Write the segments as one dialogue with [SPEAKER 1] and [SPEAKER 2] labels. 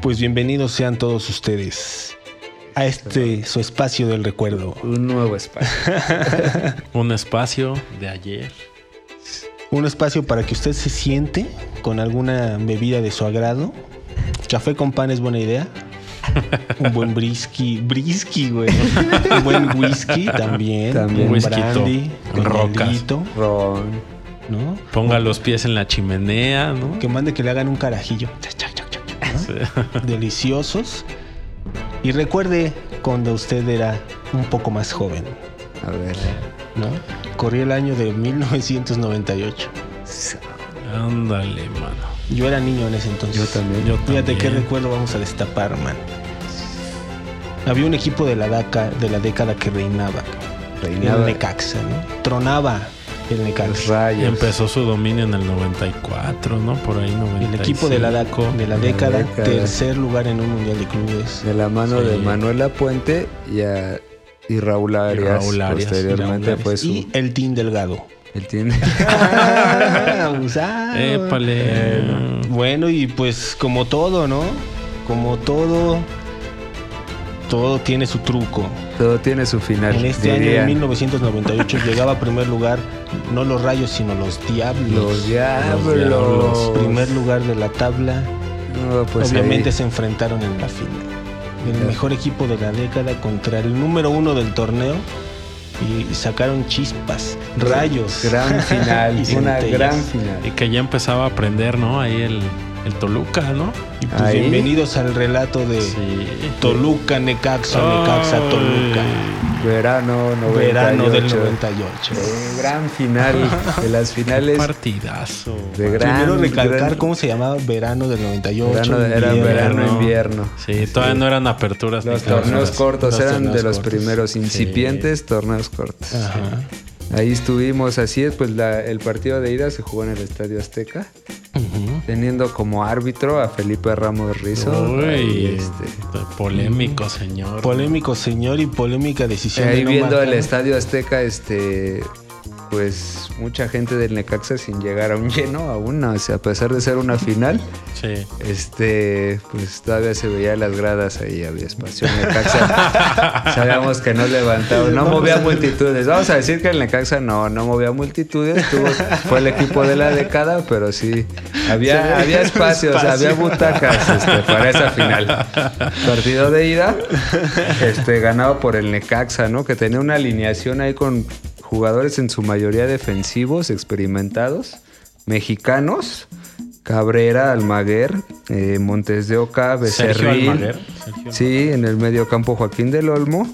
[SPEAKER 1] pues bienvenidos sean todos ustedes a este su espacio del recuerdo.
[SPEAKER 2] Un nuevo espacio.
[SPEAKER 3] Un espacio de ayer.
[SPEAKER 1] Un espacio para que usted se siente con alguna bebida de su agrado. Café con pan es buena idea. Un buen brisky, brisky, güey. Un buen whisky también.
[SPEAKER 2] También.
[SPEAKER 1] Un
[SPEAKER 3] Whisky,
[SPEAKER 1] brandy, con
[SPEAKER 3] rocas.
[SPEAKER 1] hielito,
[SPEAKER 2] Ron.
[SPEAKER 1] ¿no?
[SPEAKER 3] Ponga los pies en la chimenea, ¿no?
[SPEAKER 1] Que mande que le hagan un carajillo.
[SPEAKER 3] Sí.
[SPEAKER 1] Deliciosos. Y recuerde cuando usted era un poco más joven,
[SPEAKER 2] A ver.
[SPEAKER 1] ¿no? Corría el año de 1998.
[SPEAKER 3] Ándale, mano.
[SPEAKER 1] Yo era niño en ese entonces.
[SPEAKER 2] Yo también.
[SPEAKER 3] Yo
[SPEAKER 1] Fíjate qué
[SPEAKER 3] también.
[SPEAKER 1] recuerdo vamos a destapar, man. Había un equipo de la, daca- de la década que reinaba.
[SPEAKER 2] Reinaba.
[SPEAKER 1] El Necaxa, ¿no? Tronaba el
[SPEAKER 2] Los
[SPEAKER 1] Necaxa.
[SPEAKER 3] Y
[SPEAKER 2] rayos.
[SPEAKER 3] empezó su dominio en el 94, ¿no? Por ahí
[SPEAKER 1] El
[SPEAKER 3] 95.
[SPEAKER 1] equipo de la, daca- de la década,
[SPEAKER 2] década.
[SPEAKER 1] tercer lugar en un mundial de clubes.
[SPEAKER 2] De la mano
[SPEAKER 3] Sí.
[SPEAKER 2] de Manuela Puente y, a- y Raúl Arias.
[SPEAKER 3] Raúl Arias.
[SPEAKER 2] Posteriormente
[SPEAKER 3] Y Raúl
[SPEAKER 2] fue su.
[SPEAKER 1] Y el Team Delgado.
[SPEAKER 2] Él tiene.
[SPEAKER 1] Ah, abusado.
[SPEAKER 3] Épale.
[SPEAKER 1] Ah, Bueno, y pues como todo, ¿no? Como todo, todo tiene su truco.
[SPEAKER 2] Todo tiene su final.
[SPEAKER 1] En este año de
[SPEAKER 2] dirían.
[SPEAKER 1] 1998 llegaba a primer lugar no los rayos, sino los diablos.
[SPEAKER 2] Los diablos.
[SPEAKER 3] diablos.
[SPEAKER 1] Primer lugar de la tabla.
[SPEAKER 2] No, pues
[SPEAKER 1] Obviamente
[SPEAKER 2] ahí.
[SPEAKER 1] se enfrentaron en la final. El
[SPEAKER 2] Ya.
[SPEAKER 1] mejor equipo de la década contra el número uno del torneo. Y sacaron chispas, rayos.
[SPEAKER 2] Gran final.
[SPEAKER 1] Y
[SPEAKER 2] una
[SPEAKER 1] centellas.
[SPEAKER 2] gran final.
[SPEAKER 3] Y que ya empezaba a aprender, ¿no? Ahí el, el Toluca, ¿no?
[SPEAKER 1] Y pues
[SPEAKER 2] Ahí.
[SPEAKER 1] bienvenidos al relato de
[SPEAKER 3] Sí.
[SPEAKER 1] Toluca, Necaxa, Necaxa,
[SPEAKER 3] Ay.
[SPEAKER 1] Toluca.
[SPEAKER 2] Verano 98.
[SPEAKER 1] Verano del 98.
[SPEAKER 2] Eh, gran final. De las
[SPEAKER 3] Qué
[SPEAKER 2] finales.
[SPEAKER 3] partidazo.
[SPEAKER 2] De gran.
[SPEAKER 1] Primero recalcar
[SPEAKER 2] gran-
[SPEAKER 1] cómo se llamaba verano del 98.
[SPEAKER 2] Verano, era
[SPEAKER 1] invierno.
[SPEAKER 2] verano, invierno.
[SPEAKER 3] Sí, todavía no eran aperturas. ni
[SPEAKER 2] Los
[SPEAKER 3] clausuras.
[SPEAKER 2] torneos cortos
[SPEAKER 1] los
[SPEAKER 2] eran de
[SPEAKER 1] torneos
[SPEAKER 2] los
[SPEAKER 1] cortos.
[SPEAKER 2] primeros
[SPEAKER 3] Sí.
[SPEAKER 2] incipientes, torneos cortos.
[SPEAKER 1] Ajá.
[SPEAKER 2] Ahí estuvimos, así es, pues la- el partido de ida se jugó en el Estadio Azteca,
[SPEAKER 1] Ujú.
[SPEAKER 2] teniendo como árbitro a Felipe Ramos Rizo. Ahí,
[SPEAKER 3] Uy,
[SPEAKER 2] este,
[SPEAKER 3] polémico, señor.
[SPEAKER 1] Polémico señor y polémica decisión. de
[SPEAKER 2] ahí
[SPEAKER 1] no
[SPEAKER 2] viendo
[SPEAKER 1] marcar.
[SPEAKER 2] el Estadio Azteca, este, pues mucha gente del Necaxa sin llegar a un lleno, a una, o sea, a pesar de ser una final,
[SPEAKER 3] Sí.
[SPEAKER 2] este, pues todavía se veía las gradas ahí, había espacio. El Necaxa sabíamos que no levantaba, no movía multitudes. Vamos a decir que el Necaxa no, no movía multitudes, tuvo- fue el equipo de la década, pero sí, había, había espacios, había butacas este, para esa final. Partido de ida, este, ganado por el Necaxa, ¿no? Que tenía una alineación ahí con jugadores en su mayoría defensivos, experimentados, mexicanos. Cabrera, Almaguer, eh, Montes de Oca,
[SPEAKER 3] Sergio
[SPEAKER 2] Becerril.
[SPEAKER 3] Almaguer. Sergio
[SPEAKER 2] Sí, en el medio campo Joaquín del Olmo.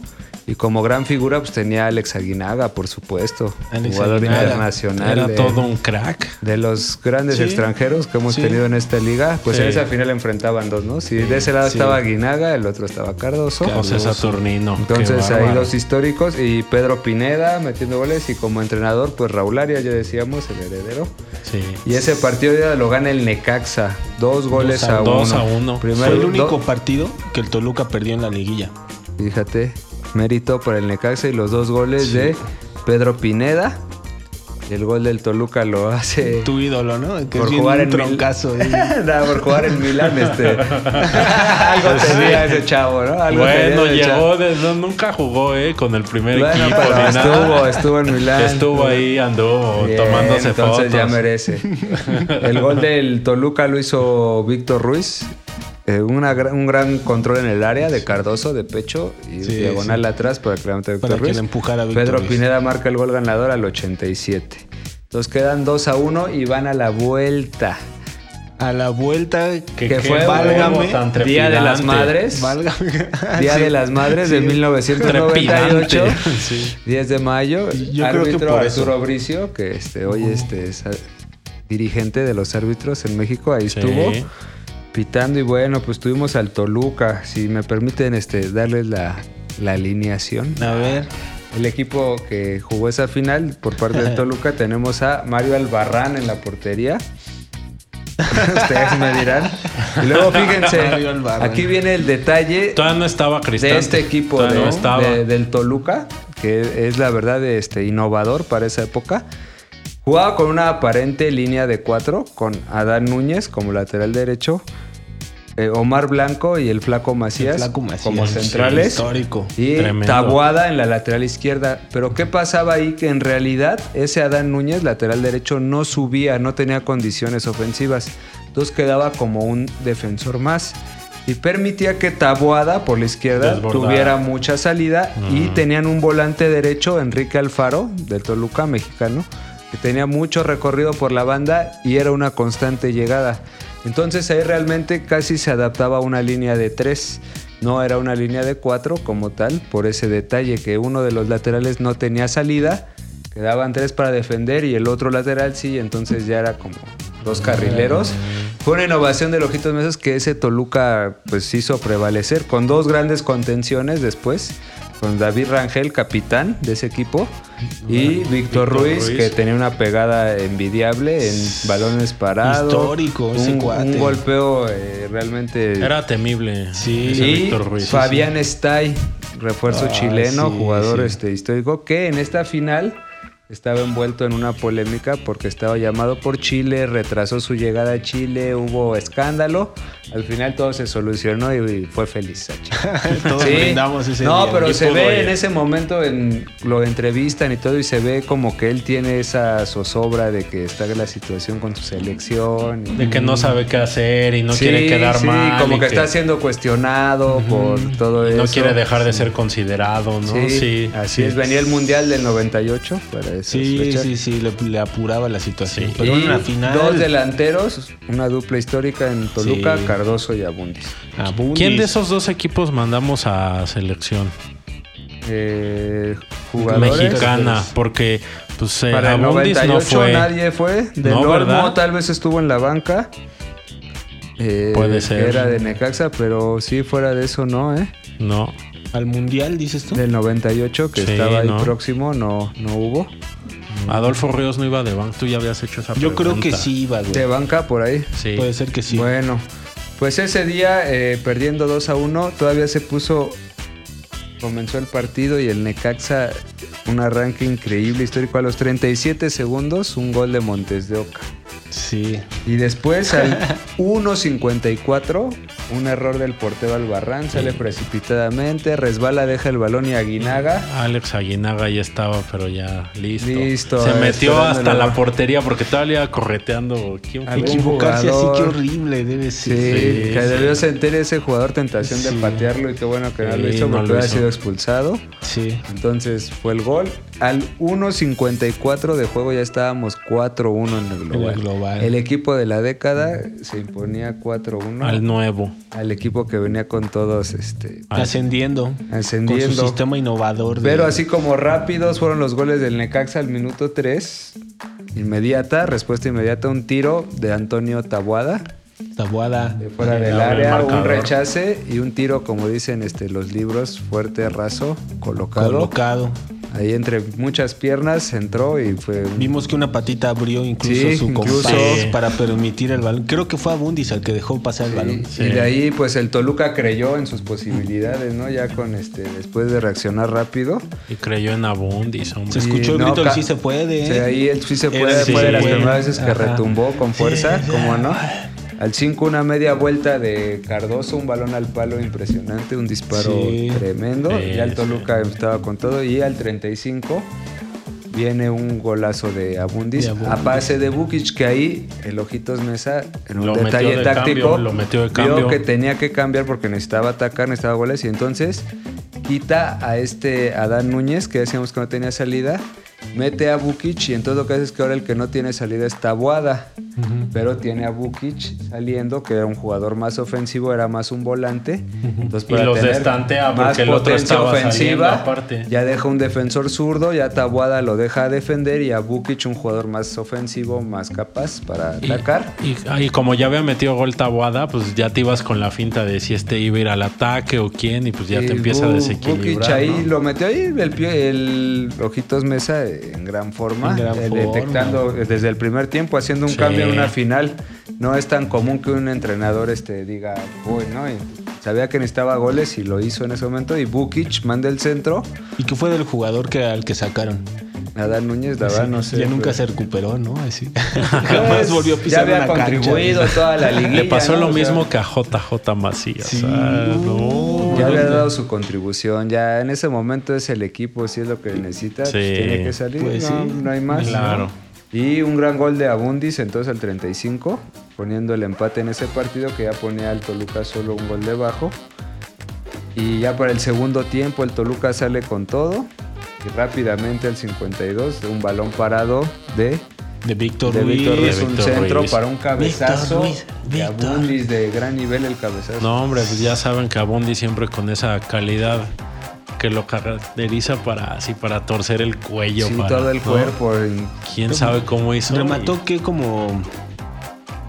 [SPEAKER 2] Y como gran figura, pues tenía a Alex Aguinaga, por supuesto.
[SPEAKER 1] Alex
[SPEAKER 2] jugador
[SPEAKER 1] Aguinaga.
[SPEAKER 2] internacional.
[SPEAKER 3] Era
[SPEAKER 2] de,
[SPEAKER 3] todo un crack.
[SPEAKER 2] de los grandes
[SPEAKER 1] Sí.
[SPEAKER 2] extranjeros que hemos
[SPEAKER 1] Sí.
[SPEAKER 2] tenido en esta liga. Pues
[SPEAKER 3] Sí.
[SPEAKER 2] en esa final enfrentaban dos, ¿no? Si de ese lado
[SPEAKER 1] Sí.
[SPEAKER 2] estaba Aguinaga, el otro estaba Cardoso.
[SPEAKER 3] José Saturnino.
[SPEAKER 2] Entonces
[SPEAKER 3] Qué
[SPEAKER 2] ahí
[SPEAKER 3] bárbaro.
[SPEAKER 2] los históricos y Pedro Pineda metiendo goles y como entrenador pues Raúl Arias ya decíamos el heredero
[SPEAKER 3] Sí.
[SPEAKER 2] y ese partido ya lo gana el Necaxa. Dos goles
[SPEAKER 3] Dos a-
[SPEAKER 2] a, uno.
[SPEAKER 3] dos a uno.
[SPEAKER 2] Primero,
[SPEAKER 1] Fue el único
[SPEAKER 2] do-
[SPEAKER 1] partido que el Toluca perdió en la liguilla.
[SPEAKER 2] fíjate, mérito para el Necaxa y los dos goles de Pedro Pineda. Y el gol del Toluca lo hace.
[SPEAKER 1] Tu ídolo, ¿no? Que
[SPEAKER 2] Por
[SPEAKER 1] es bien
[SPEAKER 2] jugar
[SPEAKER 1] un
[SPEAKER 2] en Mil-
[SPEAKER 1] troncazo. ¿eh?
[SPEAKER 2] Nada, por jugar en Milán, este. Algo tenía ese chavo, ¿no? Algo
[SPEAKER 3] Bueno,
[SPEAKER 2] tenía ese chavo.
[SPEAKER 3] llegó, desde- nunca jugó eh, con el primer
[SPEAKER 2] Bueno,
[SPEAKER 3] equipo.
[SPEAKER 2] pero
[SPEAKER 3] ni nada.
[SPEAKER 2] estuvo, estuvo en Milán.
[SPEAKER 3] Estuvo ahí, anduvo
[SPEAKER 2] Bien,
[SPEAKER 3] tomándose
[SPEAKER 2] entonces
[SPEAKER 3] fotos.
[SPEAKER 2] ya merece. El gol del Toluca lo hizo Víctor Ruiz. Eh, una gra- un gran control en el área de Cardoso de pecho y
[SPEAKER 1] Sí,
[SPEAKER 2] diagonal
[SPEAKER 1] sí.
[SPEAKER 2] atrás para que levante Víctor
[SPEAKER 1] Para que
[SPEAKER 2] Ruiz.
[SPEAKER 1] le empujara a Víctor
[SPEAKER 2] Pedro
[SPEAKER 1] Ruiz.
[SPEAKER 2] Pineda marca el gol ganador al 87. Entonces quedan 2 a 1 y van a la vuelta.
[SPEAKER 1] A la vuelta
[SPEAKER 2] Que,
[SPEAKER 1] que,
[SPEAKER 3] qué
[SPEAKER 2] fue
[SPEAKER 3] huevo
[SPEAKER 2] válgame,
[SPEAKER 3] tan
[SPEAKER 2] Día de las
[SPEAKER 3] trepidante.
[SPEAKER 2] Madres.
[SPEAKER 1] válgame.
[SPEAKER 2] Día de las Madres de 1998.
[SPEAKER 3] Trepidante. Sí.
[SPEAKER 2] 10 de
[SPEAKER 1] Yo
[SPEAKER 2] mayo.
[SPEAKER 1] creo que
[SPEAKER 2] árbitro
[SPEAKER 1] por eso.
[SPEAKER 2] Arturo Bricio, que este, hoy este, es ah, dirigente de los árbitros en México, ahí
[SPEAKER 3] Sí.
[SPEAKER 2] estuvo pitando y bueno, pues tuvimos al Toluca. Si me permiten este, darles la, la alineación.
[SPEAKER 1] A ver,
[SPEAKER 2] El equipo que jugó esa final por parte del Toluca tenemos a Mario Albarrán en la portería. Ustedes me dirán. Y luego fíjense,
[SPEAKER 1] Mario Albarrán.
[SPEAKER 2] aquí viene el detalle
[SPEAKER 3] Todavía no estaba Cristante.
[SPEAKER 2] de este equipo
[SPEAKER 3] Todavía
[SPEAKER 2] de-
[SPEAKER 3] no estaba.
[SPEAKER 2] de- del Toluca, que es la verdad este, innovador para esa época. Jugaba con una aparente línea de cuatro, con Adán Núñez como lateral derecho, eh, Omar Blanco y el Flaco Macías,
[SPEAKER 1] Flaco Macías.
[SPEAKER 2] como
[SPEAKER 1] Sí,
[SPEAKER 2] centrales.
[SPEAKER 1] Histórico.
[SPEAKER 2] Y
[SPEAKER 3] Tremendo.
[SPEAKER 2] Tabuada en la lateral izquierda. Pero ¿qué pasaba ahí? Que en realidad ese Adán Núñez, lateral derecho, no subía, no tenía condiciones ofensivas. Entonces quedaba como un defensor más. Y permitía que Tabuada por la izquierda
[SPEAKER 3] Desbordara.
[SPEAKER 2] tuviera mucha salida. Y
[SPEAKER 3] Mm.
[SPEAKER 2] tenían un volante derecho, Enrique Alfaro, del Toluca, mexicano, que tenía mucho recorrido por la banda y era una constante llegada. Entonces ahí realmente casi se adaptaba a una línea de tres. No era una línea de cuatro como tal, por ese detalle que uno de los laterales no tenía salida, quedaban tres para defender y el otro lateral sí, entonces ya era como dos carrileros. Fue una innovación de Ojitos Mesos que ese Toluca pues hizo prevalecer con dos grandes contenciones después, con David Rangel, capitán de ese equipo, y
[SPEAKER 3] Víctor
[SPEAKER 2] Víctor Ruiz,
[SPEAKER 3] Ruiz.
[SPEAKER 2] que tenía una pegada envidiable en balones parados.
[SPEAKER 1] Histórico ese
[SPEAKER 2] un,
[SPEAKER 1] cuate.
[SPEAKER 2] un golpeo eh, realmente
[SPEAKER 3] Era temible.
[SPEAKER 1] Sí.
[SPEAKER 3] ese
[SPEAKER 2] y
[SPEAKER 3] Víctor Ruiz.
[SPEAKER 2] Fabián Stay, refuerzo
[SPEAKER 1] Ah,
[SPEAKER 2] chileno,
[SPEAKER 1] sí,
[SPEAKER 2] jugador
[SPEAKER 1] sí.
[SPEAKER 2] este, histórico, que en esta final estaba envuelto en una polémica porque estaba llamado por Chile, retrasó su llegada a Chile, hubo escándalo. Al final todo se solucionó y, y fue feliz. a Chile.
[SPEAKER 1] Todos
[SPEAKER 2] Sí.
[SPEAKER 1] brindamos ese
[SPEAKER 2] no,
[SPEAKER 1] día.
[SPEAKER 2] pero
[SPEAKER 3] Y
[SPEAKER 2] se
[SPEAKER 3] pudo
[SPEAKER 2] ve
[SPEAKER 3] ir.
[SPEAKER 2] en ese momento, en, lo entrevistan y todo, y se ve como que él tiene esa zozobra de que está la situación con su selección. y-
[SPEAKER 3] De que no sabe qué hacer y no
[SPEAKER 2] Sí,
[SPEAKER 3] quiere quedar
[SPEAKER 2] sí,
[SPEAKER 3] mal.
[SPEAKER 2] como
[SPEAKER 3] y
[SPEAKER 2] que, está siendo cuestionado por todo
[SPEAKER 3] y
[SPEAKER 2] eso.
[SPEAKER 3] No quiere dejar de ser considerado, ¿no?
[SPEAKER 2] Sí,
[SPEAKER 3] Sí.
[SPEAKER 2] así es. Venía el Mundial del 98 para esas
[SPEAKER 1] Sí,
[SPEAKER 2] fechas.
[SPEAKER 1] sí, sí, le, le apuraba la situación.
[SPEAKER 3] Sí.
[SPEAKER 1] Pero
[SPEAKER 2] Y
[SPEAKER 1] en la final.
[SPEAKER 2] Dos delanteros, una dupla histórica en Toluca, Cardoso y Abundis.
[SPEAKER 1] Abundis.
[SPEAKER 3] ¿Quién de esos dos equipos mandamos a selección
[SPEAKER 2] Eh, jugadores.
[SPEAKER 3] mexicana? Porque pues eh,
[SPEAKER 2] Para el
[SPEAKER 3] Abundis
[SPEAKER 2] 98
[SPEAKER 3] no fue.
[SPEAKER 2] nadie fue. Del
[SPEAKER 3] No,
[SPEAKER 2] Olmo
[SPEAKER 3] ¿verdad?
[SPEAKER 2] tal vez estuvo en la banca. Eh,
[SPEAKER 3] Puede ser.
[SPEAKER 2] Era de Necaxa, pero sí, fuera de eso no, ¿eh?
[SPEAKER 3] No.
[SPEAKER 1] Al mundial, dices tú.
[SPEAKER 2] Del 98, que
[SPEAKER 3] Sí,
[SPEAKER 2] estaba ahí
[SPEAKER 3] no.
[SPEAKER 2] próximo, no, no hubo.
[SPEAKER 3] Adolfo Ríos no iba de banco. Tú ya habías hecho esa
[SPEAKER 1] Yo creo que
[SPEAKER 3] pregunta.
[SPEAKER 1] sí iba, güey.
[SPEAKER 2] De banca por ahí.
[SPEAKER 3] Sí.
[SPEAKER 1] Puede ser que sí.
[SPEAKER 2] Bueno, pues ese día, eh, perdiendo 2 a 1, todavía se puso. Comenzó el partido y el Necaxa, un arranque increíble, histórico. A los 37 segundos, un gol de Montes de Oca.
[SPEAKER 1] Sí.
[SPEAKER 2] Y después, al 1.54, un error del portero Albarrán, sale precipitadamente, resbala, deja el balón y Aguinaga.
[SPEAKER 3] Alex Aguinaga ya estaba, pero ya listo.
[SPEAKER 2] Listo,
[SPEAKER 3] Se metió
[SPEAKER 2] esperándolo.
[SPEAKER 3] hasta la portería porque todavía iba correteando. ¿Quién fue?
[SPEAKER 2] Algún
[SPEAKER 1] Equivocarse
[SPEAKER 2] jugador.
[SPEAKER 1] así, qué horrible debe
[SPEAKER 2] Sí,
[SPEAKER 1] ser.
[SPEAKER 3] Sí,
[SPEAKER 2] que
[SPEAKER 3] sí.
[SPEAKER 2] debió sentir ese jugador tentación
[SPEAKER 1] Sí.
[SPEAKER 2] de patearlo y qué bueno que no lo
[SPEAKER 3] Sí,
[SPEAKER 2] hizo
[SPEAKER 3] no
[SPEAKER 2] porque
[SPEAKER 3] lo
[SPEAKER 2] hubiera
[SPEAKER 3] hizo.
[SPEAKER 2] sido expulsado.
[SPEAKER 1] Sí.
[SPEAKER 2] Entonces fue el gol. Al 1.54 de juego ya estábamos 4-1 en el global.
[SPEAKER 1] En el global.
[SPEAKER 2] El equipo de la década se imponía 4-1
[SPEAKER 3] Al
[SPEAKER 2] al,
[SPEAKER 3] nuevo.
[SPEAKER 2] equipo que venía con todos. este
[SPEAKER 1] Ascendiendo.
[SPEAKER 2] Ascendiendo.
[SPEAKER 1] Con su sistema innovador. de-
[SPEAKER 2] Pero así como rápidos fueron los goles del Necaxa al minuto 3. Inmediata, respuesta inmediata, un tiro de Antonio Tabuada.
[SPEAKER 1] Tabuada.
[SPEAKER 2] De fuera del
[SPEAKER 3] Abre el
[SPEAKER 2] área, un
[SPEAKER 3] marcador.
[SPEAKER 2] rechace y un tiro, como dicen este, los libros, fuerte, raso, colocado.
[SPEAKER 1] Colocado.
[SPEAKER 2] Ahí entre muchas piernas entró y fue un-
[SPEAKER 1] Vimos que una patita abrió incluso
[SPEAKER 2] Sí,
[SPEAKER 1] su
[SPEAKER 2] incluso.
[SPEAKER 1] compás
[SPEAKER 3] Sí.
[SPEAKER 1] para permitir el balón. Creo que fue Abundis al que dejó pasar el balón.
[SPEAKER 2] y, y de ahí pues el Toluca creyó en sus posibilidades, ¿no? Ya con este después de reaccionar rápido.
[SPEAKER 3] Y creyó en Abundis,
[SPEAKER 1] Se
[SPEAKER 3] hombre.
[SPEAKER 2] Sí,
[SPEAKER 1] escuchó el
[SPEAKER 2] no,
[SPEAKER 1] grito de
[SPEAKER 2] ca-
[SPEAKER 1] sí se puede.
[SPEAKER 2] O sea, ahí el sí se
[SPEAKER 1] Era
[SPEAKER 2] puede
[SPEAKER 1] el
[SPEAKER 2] fue de las
[SPEAKER 3] sí se puede.
[SPEAKER 2] primeras veces que
[SPEAKER 1] Ajá.
[SPEAKER 2] retumbó con fuerza,
[SPEAKER 1] Sí,
[SPEAKER 2] como
[SPEAKER 1] ya.
[SPEAKER 2] no. Al 5 una media vuelta de Cardoso, un balón al palo impresionante, un disparo
[SPEAKER 1] Sí.
[SPEAKER 2] tremendo.
[SPEAKER 3] Sí,
[SPEAKER 2] ya el
[SPEAKER 3] sí.
[SPEAKER 2] Toluca estaba con todo y al 35 viene un golazo de Abundis,
[SPEAKER 1] De Abundis.
[SPEAKER 2] a pase de Bukic que ahí el Ojitos Mesa en un
[SPEAKER 3] Lo metió
[SPEAKER 2] detalle
[SPEAKER 3] de
[SPEAKER 2] táctico
[SPEAKER 3] cambio, lo metió de
[SPEAKER 2] vio
[SPEAKER 3] cambio.
[SPEAKER 2] que tenía que cambiar porque necesitaba atacar, necesitaba goles y entonces quita a este Adán Núñez que decíamos que no tenía salida, mete a Bukic y entonces lo que hace es que ahora el que no tiene salida es Tabuada, pero tiene a Bukic saliendo que era un jugador más ofensivo, era más un volante. Entonces,
[SPEAKER 3] Y los destantea porque el otro estaba saliendo aparte.
[SPEAKER 2] ya deja un defensor zurdo, ya Tabuada lo deja a defender y a Bukic un jugador más ofensivo, más capaz para
[SPEAKER 3] Y-
[SPEAKER 2] atacar.
[SPEAKER 3] Y, ah, y como ya había metido gol Taboada, pues ya te ibas con la finta de si este iba a ir al ataque o quién, y pues ya
[SPEAKER 2] Y
[SPEAKER 3] te empieza a
[SPEAKER 2] Bu- Bukic
[SPEAKER 3] desequilibrar.
[SPEAKER 2] ahí
[SPEAKER 3] ¿no?
[SPEAKER 2] lo metió ahí, el, pie- el Ojitos Mesa eh, en gran forma,
[SPEAKER 1] En gran
[SPEAKER 2] eh,
[SPEAKER 1] forma.
[SPEAKER 2] detectando eh, desde el primer tiempo, haciendo un
[SPEAKER 3] Sí.
[SPEAKER 2] cambio en una final. No es tan común que un entrenador este, diga, voy, ¿no? Y sabía que necesitaba goles y lo hizo en ese momento. Y Bukic manda el centro.
[SPEAKER 1] Y que fue del jugador que, al que sacaron.
[SPEAKER 2] Adán Núñez, la verdad, no sé.
[SPEAKER 1] ya nunca
[SPEAKER 2] pero-
[SPEAKER 1] se recuperó, ¿no? Así. Jamás volvió a pisar
[SPEAKER 2] Ya había
[SPEAKER 1] una cancha.
[SPEAKER 2] contribuido toda la liguilla.
[SPEAKER 3] Le pasó
[SPEAKER 2] ¿no?
[SPEAKER 3] lo
[SPEAKER 2] O sea,
[SPEAKER 3] mismo que a JJ Macías.
[SPEAKER 1] Sí.
[SPEAKER 3] O sea, no.
[SPEAKER 2] Ya había dado su contribución, ya en ese momento es el equipo, si es lo que necesita,
[SPEAKER 3] Sí.
[SPEAKER 2] pues tiene que salir,
[SPEAKER 1] Pues
[SPEAKER 2] no,
[SPEAKER 1] sí.
[SPEAKER 2] no hay más.
[SPEAKER 3] Claro.
[SPEAKER 2] Y un gran gol de Abundis entonces al 35, poniendo el empate en ese partido que ya ponía al Toluca solo un gol debajo. Y ya para el segundo tiempo el Toluca sale con todo y rápidamente al 52, un balón parado de
[SPEAKER 1] De Víctor
[SPEAKER 2] de
[SPEAKER 1] Ruiz.
[SPEAKER 2] Víctor Ruiz,
[SPEAKER 3] De
[SPEAKER 2] un
[SPEAKER 3] Víctor
[SPEAKER 2] centro
[SPEAKER 3] Ruiz.
[SPEAKER 2] para un
[SPEAKER 1] Víctor
[SPEAKER 2] cabezazo.
[SPEAKER 1] Ruiz,
[SPEAKER 2] de
[SPEAKER 1] Víctor.
[SPEAKER 2] Abundis de gran nivel el cabezazo.
[SPEAKER 3] No, hombre, pues ya saben que Bondi siempre con esa calidad que lo caracteriza para así para torcer el cuello.
[SPEAKER 2] Sin
[SPEAKER 3] para-
[SPEAKER 2] todo el
[SPEAKER 3] ¿no?
[SPEAKER 2] cuerpo. en-
[SPEAKER 3] Quién sabe cómo hizo.
[SPEAKER 1] Remató que como.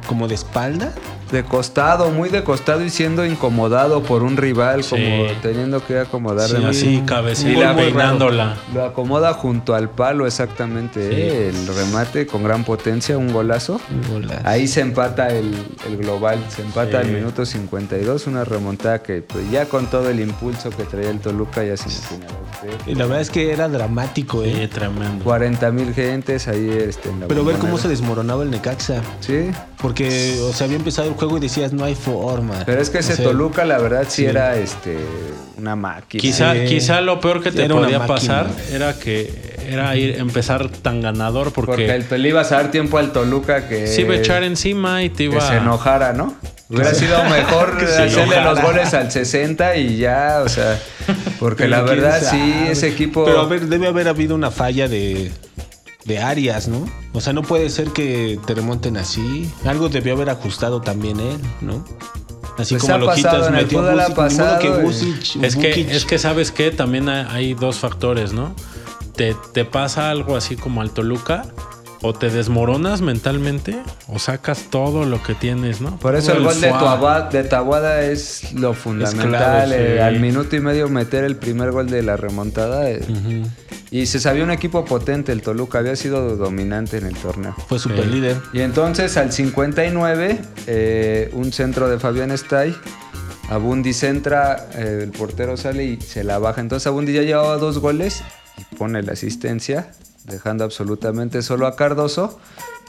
[SPEAKER 1] Como de espalda.
[SPEAKER 2] De costado, muy de costado y siendo incomodado por un rival,
[SPEAKER 3] Sí.
[SPEAKER 2] como teniendo que acomodar
[SPEAKER 3] Sí,
[SPEAKER 2] de más.
[SPEAKER 3] así,
[SPEAKER 2] Y
[SPEAKER 3] cabeceando,
[SPEAKER 2] la-
[SPEAKER 3] peinándola.
[SPEAKER 2] Lo acomoda junto al palo exactamente.
[SPEAKER 3] Sí.
[SPEAKER 2] ¿eh? El remate con gran potencia, un golazo. Ahí se empata el, el global, se empata
[SPEAKER 3] Sí.
[SPEAKER 2] al minuto 52, una remontada que pues, ya con todo el impulso que traía el Toluca ya se imaginaba usted.
[SPEAKER 1] Y Eh, la verdad es que era dramático, ¿eh?
[SPEAKER 3] Sí, tremendo.
[SPEAKER 2] 40 mil gentes ahí este, en la
[SPEAKER 1] Pero ver cómo se
[SPEAKER 2] bombonera.
[SPEAKER 1] desmoronaba el Necaxa.
[SPEAKER 2] Sí,
[SPEAKER 1] Porque, o sea, había empezado el juego y decías, no hay forma.
[SPEAKER 2] pero es que ese
[SPEAKER 1] O sea,
[SPEAKER 2] Toluca la verdad sí, era este, una máquina.
[SPEAKER 3] Quizá,
[SPEAKER 1] Sí.
[SPEAKER 3] quizá lo peor que te
[SPEAKER 1] Era una
[SPEAKER 3] podía
[SPEAKER 1] máquina.
[SPEAKER 3] pasar era que era ir empezar tan ganador porque,
[SPEAKER 2] Porque el le ibas a dar tiempo al Toluca que,
[SPEAKER 3] se iba a echar encima y te
[SPEAKER 2] que
[SPEAKER 3] iba
[SPEAKER 2] se enojara, ¿no? Hubiera sido mejor
[SPEAKER 3] se
[SPEAKER 2] hacerle
[SPEAKER 3] enojara.
[SPEAKER 2] los goles al 60 y ya, o sea, porque
[SPEAKER 1] Pero
[SPEAKER 2] la
[SPEAKER 1] quién
[SPEAKER 2] verdad
[SPEAKER 1] sabe.
[SPEAKER 2] sí, ese equipo...
[SPEAKER 1] Pero a ver, debe haber habido una falla de, de áreas, ¿no? O sea, no puede ser que te remonten así. Algo debió haber ajustado también él, ¿no? Así
[SPEAKER 2] Pues
[SPEAKER 1] como
[SPEAKER 2] ha
[SPEAKER 1] lo
[SPEAKER 2] pasado
[SPEAKER 1] quitas,
[SPEAKER 2] en el
[SPEAKER 1] metió
[SPEAKER 2] fútbol,
[SPEAKER 1] Bucic,
[SPEAKER 2] ha
[SPEAKER 1] ni modo que
[SPEAKER 2] pasado, eh.
[SPEAKER 1] Bucic-
[SPEAKER 3] Es que,
[SPEAKER 1] Bukic-
[SPEAKER 3] es que sabes que también ha- hay dos factores, ¿no? Te, te pasa algo así como al Toluca, o te desmoronas mentalmente, o sacas todo lo que tienes, ¿no?
[SPEAKER 2] Por eso el, gol de,
[SPEAKER 3] Fua.
[SPEAKER 2] Tuaba- de Tabuada es lo fundamental.
[SPEAKER 3] clave,
[SPEAKER 2] eh,
[SPEAKER 3] sí.
[SPEAKER 2] Al minuto y medio meter el primer gol de la remontada. eh,
[SPEAKER 1] Ujú.
[SPEAKER 2] Y se sabía un equipo potente, el Toluca había sido dominante en el torneo.
[SPEAKER 1] Fue super líder.
[SPEAKER 2] Y entonces al 59, eh, un centro de Fabián Estay. Abundi centra, eh, el portero sale y se la baja. Entonces Abundi ya llevaba dos goles y pone la asistencia, dejando absolutamente solo a Cardoso,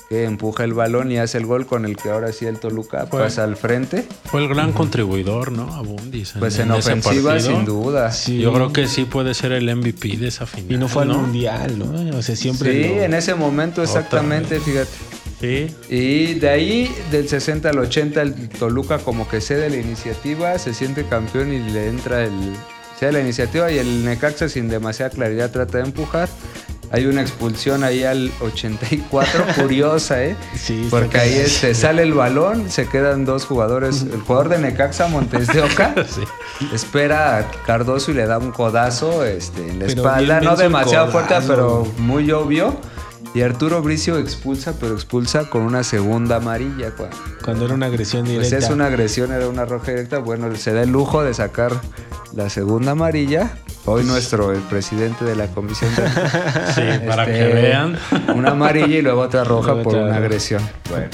[SPEAKER 2] que empuja el balón y hace el gol con el que ahora sí el Toluca
[SPEAKER 3] Fue-
[SPEAKER 2] pasa al frente.
[SPEAKER 3] Fue el gran contribuidor, ¿no? Abundis.
[SPEAKER 2] Pues en,
[SPEAKER 3] ese
[SPEAKER 2] ofensiva,
[SPEAKER 3] partido.
[SPEAKER 2] sin duda. Sí,
[SPEAKER 1] Sí.
[SPEAKER 3] Yo creo que sí puede ser el MVP de esa final.
[SPEAKER 1] Y no fue al mundial, ¿no? O sea, siempre. lo-
[SPEAKER 2] en ese momento exactamente, fíjate.
[SPEAKER 3] Sí.
[SPEAKER 2] Y de ahí, del 60 al 80, el Toluca como que cede la iniciativa, se siente campeón y le entra el... Cede la iniciativa y el Necaxa sin demasiada claridad trata de empujar. Hay una expulsión ahí al 84, curiosa, ¿eh?
[SPEAKER 1] Sí, está
[SPEAKER 2] Porque ahí
[SPEAKER 1] cañón.
[SPEAKER 2] este, sale el balón, se quedan dos jugadores. El jugador de Necaxa, Montes de Oca,
[SPEAKER 3] Sí.
[SPEAKER 2] espera a Cardoso y le da un codazo este, en la
[SPEAKER 1] Pero
[SPEAKER 2] espalda.
[SPEAKER 1] bien
[SPEAKER 2] No
[SPEAKER 1] menso el
[SPEAKER 2] demasiado fuerte,
[SPEAKER 1] codazo.
[SPEAKER 2] pero muy obvio. Y Arturo Bricio expulsa, pero expulsa con una segunda amarilla. cua-
[SPEAKER 1] Cuando era una agresión
[SPEAKER 2] Pues
[SPEAKER 1] directa.
[SPEAKER 2] es una agresión, era una roja directa. Bueno, se da el lujo de sacar la segunda amarilla. Hoy nuestro el presidente de la comisión. de-
[SPEAKER 3] Sí, para
[SPEAKER 2] este,
[SPEAKER 3] que vean.
[SPEAKER 2] Una amarilla y luego otra roja
[SPEAKER 1] Luego
[SPEAKER 2] por
[SPEAKER 1] otra
[SPEAKER 2] una
[SPEAKER 1] roja.
[SPEAKER 2] agresión. Bueno,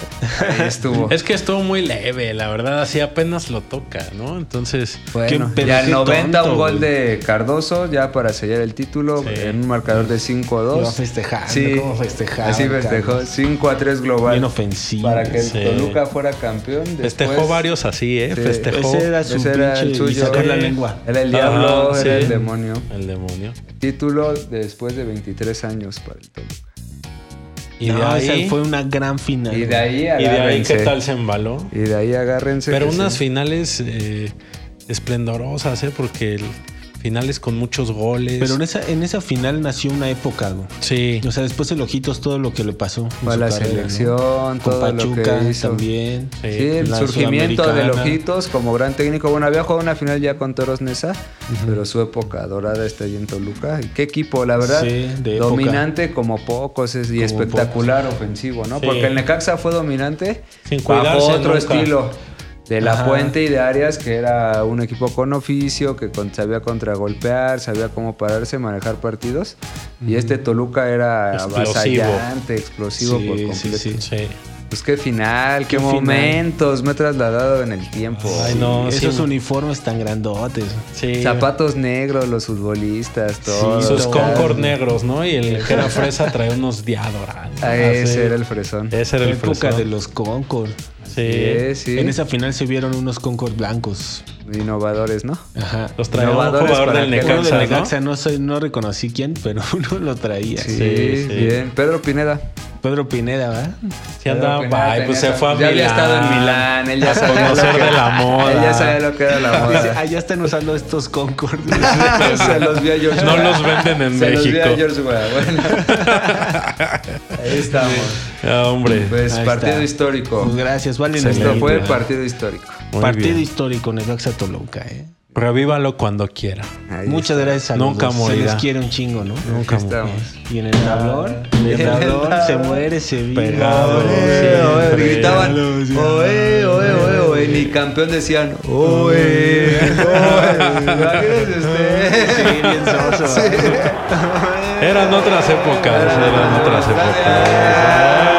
[SPEAKER 2] ahí estuvo.
[SPEAKER 3] Es que estuvo muy leve, la verdad, así apenas lo toca, ¿no? Entonces,
[SPEAKER 2] Bueno,
[SPEAKER 1] Qué pedo,
[SPEAKER 2] ya
[SPEAKER 1] qué
[SPEAKER 2] el 90
[SPEAKER 1] tonto,
[SPEAKER 2] un gol
[SPEAKER 1] güey.
[SPEAKER 2] de Cardoso ya para sellar el título
[SPEAKER 3] Sí.
[SPEAKER 2] en un marcador de 5-2.
[SPEAKER 1] Iba festejando, cómo festejaba,
[SPEAKER 2] Así festejó
[SPEAKER 1] Carlos.
[SPEAKER 2] 5-3 global.
[SPEAKER 1] Bien ofensivo.
[SPEAKER 2] Para que el
[SPEAKER 3] Sí.
[SPEAKER 2] Toluca fuera campeón. Después,
[SPEAKER 3] festejó varios así, ¿eh?
[SPEAKER 2] Sí.
[SPEAKER 3] Festejó.
[SPEAKER 1] Ese era su
[SPEAKER 2] Ese era el
[SPEAKER 1] pinche- y
[SPEAKER 2] suyo.
[SPEAKER 1] sacar la
[SPEAKER 3] Sí.
[SPEAKER 1] lengua.
[SPEAKER 2] Era el diablo,
[SPEAKER 3] Ajá,
[SPEAKER 2] era
[SPEAKER 3] sí.
[SPEAKER 2] el demonio.
[SPEAKER 3] El demonio.
[SPEAKER 2] Título después de 23 años para el Toluca.
[SPEAKER 3] Y
[SPEAKER 1] no,
[SPEAKER 3] de ahí,
[SPEAKER 1] esa fue una gran final.
[SPEAKER 2] Y de ahí,
[SPEAKER 3] y de ahí
[SPEAKER 2] agárrense.
[SPEAKER 3] ¿qué tal se embaló?
[SPEAKER 2] Y de ahí agárrense.
[SPEAKER 3] Pero
[SPEAKER 2] que
[SPEAKER 3] unas
[SPEAKER 2] sí.
[SPEAKER 3] finales eh, esplendorosas, ¿eh? Porque el- finales con muchos goles.
[SPEAKER 1] Pero en este esa, en esa final nació una época, güey.
[SPEAKER 3] Sí.
[SPEAKER 1] Eh, O sea, después el Ojitos, todo lo que le pasó. en
[SPEAKER 2] Fue a
[SPEAKER 1] su
[SPEAKER 2] la
[SPEAKER 1] carrera, ¿no?
[SPEAKER 2] selección,
[SPEAKER 1] Con
[SPEAKER 2] todo lo
[SPEAKER 1] Pachuca
[SPEAKER 2] que hizo.
[SPEAKER 1] también.
[SPEAKER 3] Sí,
[SPEAKER 2] Sí, el
[SPEAKER 1] la
[SPEAKER 2] surgimiento de
[SPEAKER 1] Sudamericana.
[SPEAKER 2] Lojitos como gran técnico. Bueno, había jugado una final ya con Toros Nesa, pero su época dorada está ahí en Toluca. Y qué equipo, la verdad.
[SPEAKER 1] Sí, de época.
[SPEAKER 2] dominante como pocos es- y
[SPEAKER 1] Como
[SPEAKER 2] espectacular ofensivo, ¿no?
[SPEAKER 3] Sí.
[SPEAKER 2] Porque el Necaxa fue dominante
[SPEAKER 3] Sin
[SPEAKER 2] bajo
[SPEAKER 3] cuidarse
[SPEAKER 2] otro
[SPEAKER 3] nunca.
[SPEAKER 2] estilo. De La
[SPEAKER 1] Ajá.
[SPEAKER 2] Puente y de Arias, que era un equipo con oficio, que con- sabía contragolpear, sabía cómo pararse, manejar partidos. Y este Toluca era
[SPEAKER 3] Explosivo.
[SPEAKER 2] avasallante, explosivo
[SPEAKER 1] Sí,
[SPEAKER 2] por
[SPEAKER 1] sí,
[SPEAKER 2] completo.
[SPEAKER 1] sí.
[SPEAKER 3] Sí.
[SPEAKER 2] Pues qué final,
[SPEAKER 1] Qué
[SPEAKER 2] qué,
[SPEAKER 1] final.
[SPEAKER 2] momentos. Me he trasladado en el tiempo.
[SPEAKER 3] Ay, no, sí.
[SPEAKER 1] Esos uniformes tan grandotes.
[SPEAKER 3] Sí.
[SPEAKER 2] Zapatos negros, los futbolistas, todo.
[SPEAKER 1] Sí,
[SPEAKER 3] Sus
[SPEAKER 1] todo.
[SPEAKER 3] Concord negros, ¿no? Y el que era fresa traía unos diadorantes.
[SPEAKER 2] Ah, ese era el fresón.
[SPEAKER 3] Ese era el
[SPEAKER 1] época
[SPEAKER 3] fresón.
[SPEAKER 1] de los Concord.
[SPEAKER 3] Sí.
[SPEAKER 2] Sí, sí.
[SPEAKER 1] En esa final se vieron unos Concord blancos.
[SPEAKER 2] Innovadores, ¿no?
[SPEAKER 1] Ajá.
[SPEAKER 3] Los traía un
[SPEAKER 2] Innovadores
[SPEAKER 3] jugador
[SPEAKER 2] para
[SPEAKER 3] del
[SPEAKER 2] aquel-
[SPEAKER 1] Uno de
[SPEAKER 3] Necaxa, ¿no?
[SPEAKER 1] Necaxa, no, sé- no reconocí quién, pero uno lo traía.
[SPEAKER 2] Sí,
[SPEAKER 3] sí.
[SPEAKER 2] bien. Pedro Pineda.
[SPEAKER 1] Pedro Pineda, ¿verdad?
[SPEAKER 3] Sí andaba,
[SPEAKER 2] Pedro Pineda
[SPEAKER 3] ay, pues se
[SPEAKER 2] tenía-
[SPEAKER 3] fue a
[SPEAKER 2] ya
[SPEAKER 3] Milán.
[SPEAKER 2] había estado en Milán, él ya
[SPEAKER 3] A
[SPEAKER 2] sabía lo
[SPEAKER 3] conocer
[SPEAKER 2] que-
[SPEAKER 3] de la moda.
[SPEAKER 2] Él ya sabía lo que era la
[SPEAKER 1] Dice,
[SPEAKER 2] moda.
[SPEAKER 1] ah, ya están usando estos Concord. Pues
[SPEAKER 2] se los vi a George
[SPEAKER 3] No
[SPEAKER 2] Weah.
[SPEAKER 3] los venden en
[SPEAKER 2] Se los vi a
[SPEAKER 3] México.
[SPEAKER 2] George Weah, Bueno. Ahí estamos.
[SPEAKER 3] Ah, hombre.
[SPEAKER 2] Pues
[SPEAKER 1] Ahí
[SPEAKER 2] partido
[SPEAKER 1] está.
[SPEAKER 2] histórico.
[SPEAKER 1] Pues gracias, vale.
[SPEAKER 2] Esto
[SPEAKER 1] Necaxa.
[SPEAKER 2] fue el partido histórico.
[SPEAKER 3] Muy
[SPEAKER 1] Partido
[SPEAKER 3] bien.
[SPEAKER 1] histórico, Necaxa Toluca, ¿eh?
[SPEAKER 3] Revívalo cuando quiera.
[SPEAKER 2] Ahí
[SPEAKER 1] Muchas
[SPEAKER 2] está.
[SPEAKER 1] gracias a
[SPEAKER 3] Nunca
[SPEAKER 1] los dos. Se
[SPEAKER 3] morirá.
[SPEAKER 1] les quiere un chingo, ¿no?
[SPEAKER 3] Nunca
[SPEAKER 2] Aquí
[SPEAKER 3] mu-
[SPEAKER 2] estamos.
[SPEAKER 1] Y en el tablón, en el
[SPEAKER 2] En el
[SPEAKER 1] tablón se muere, se vive.
[SPEAKER 3] Pegado,
[SPEAKER 2] Oe, oe,
[SPEAKER 3] Siempre.
[SPEAKER 2] gritaban, oe, oe, oe, oe, ni campeón decían, oe, oe, imagínense ustedes.
[SPEAKER 1] Sí, bien soso.
[SPEAKER 2] Sí.
[SPEAKER 3] Eran otras épocas. Eran otras épocas.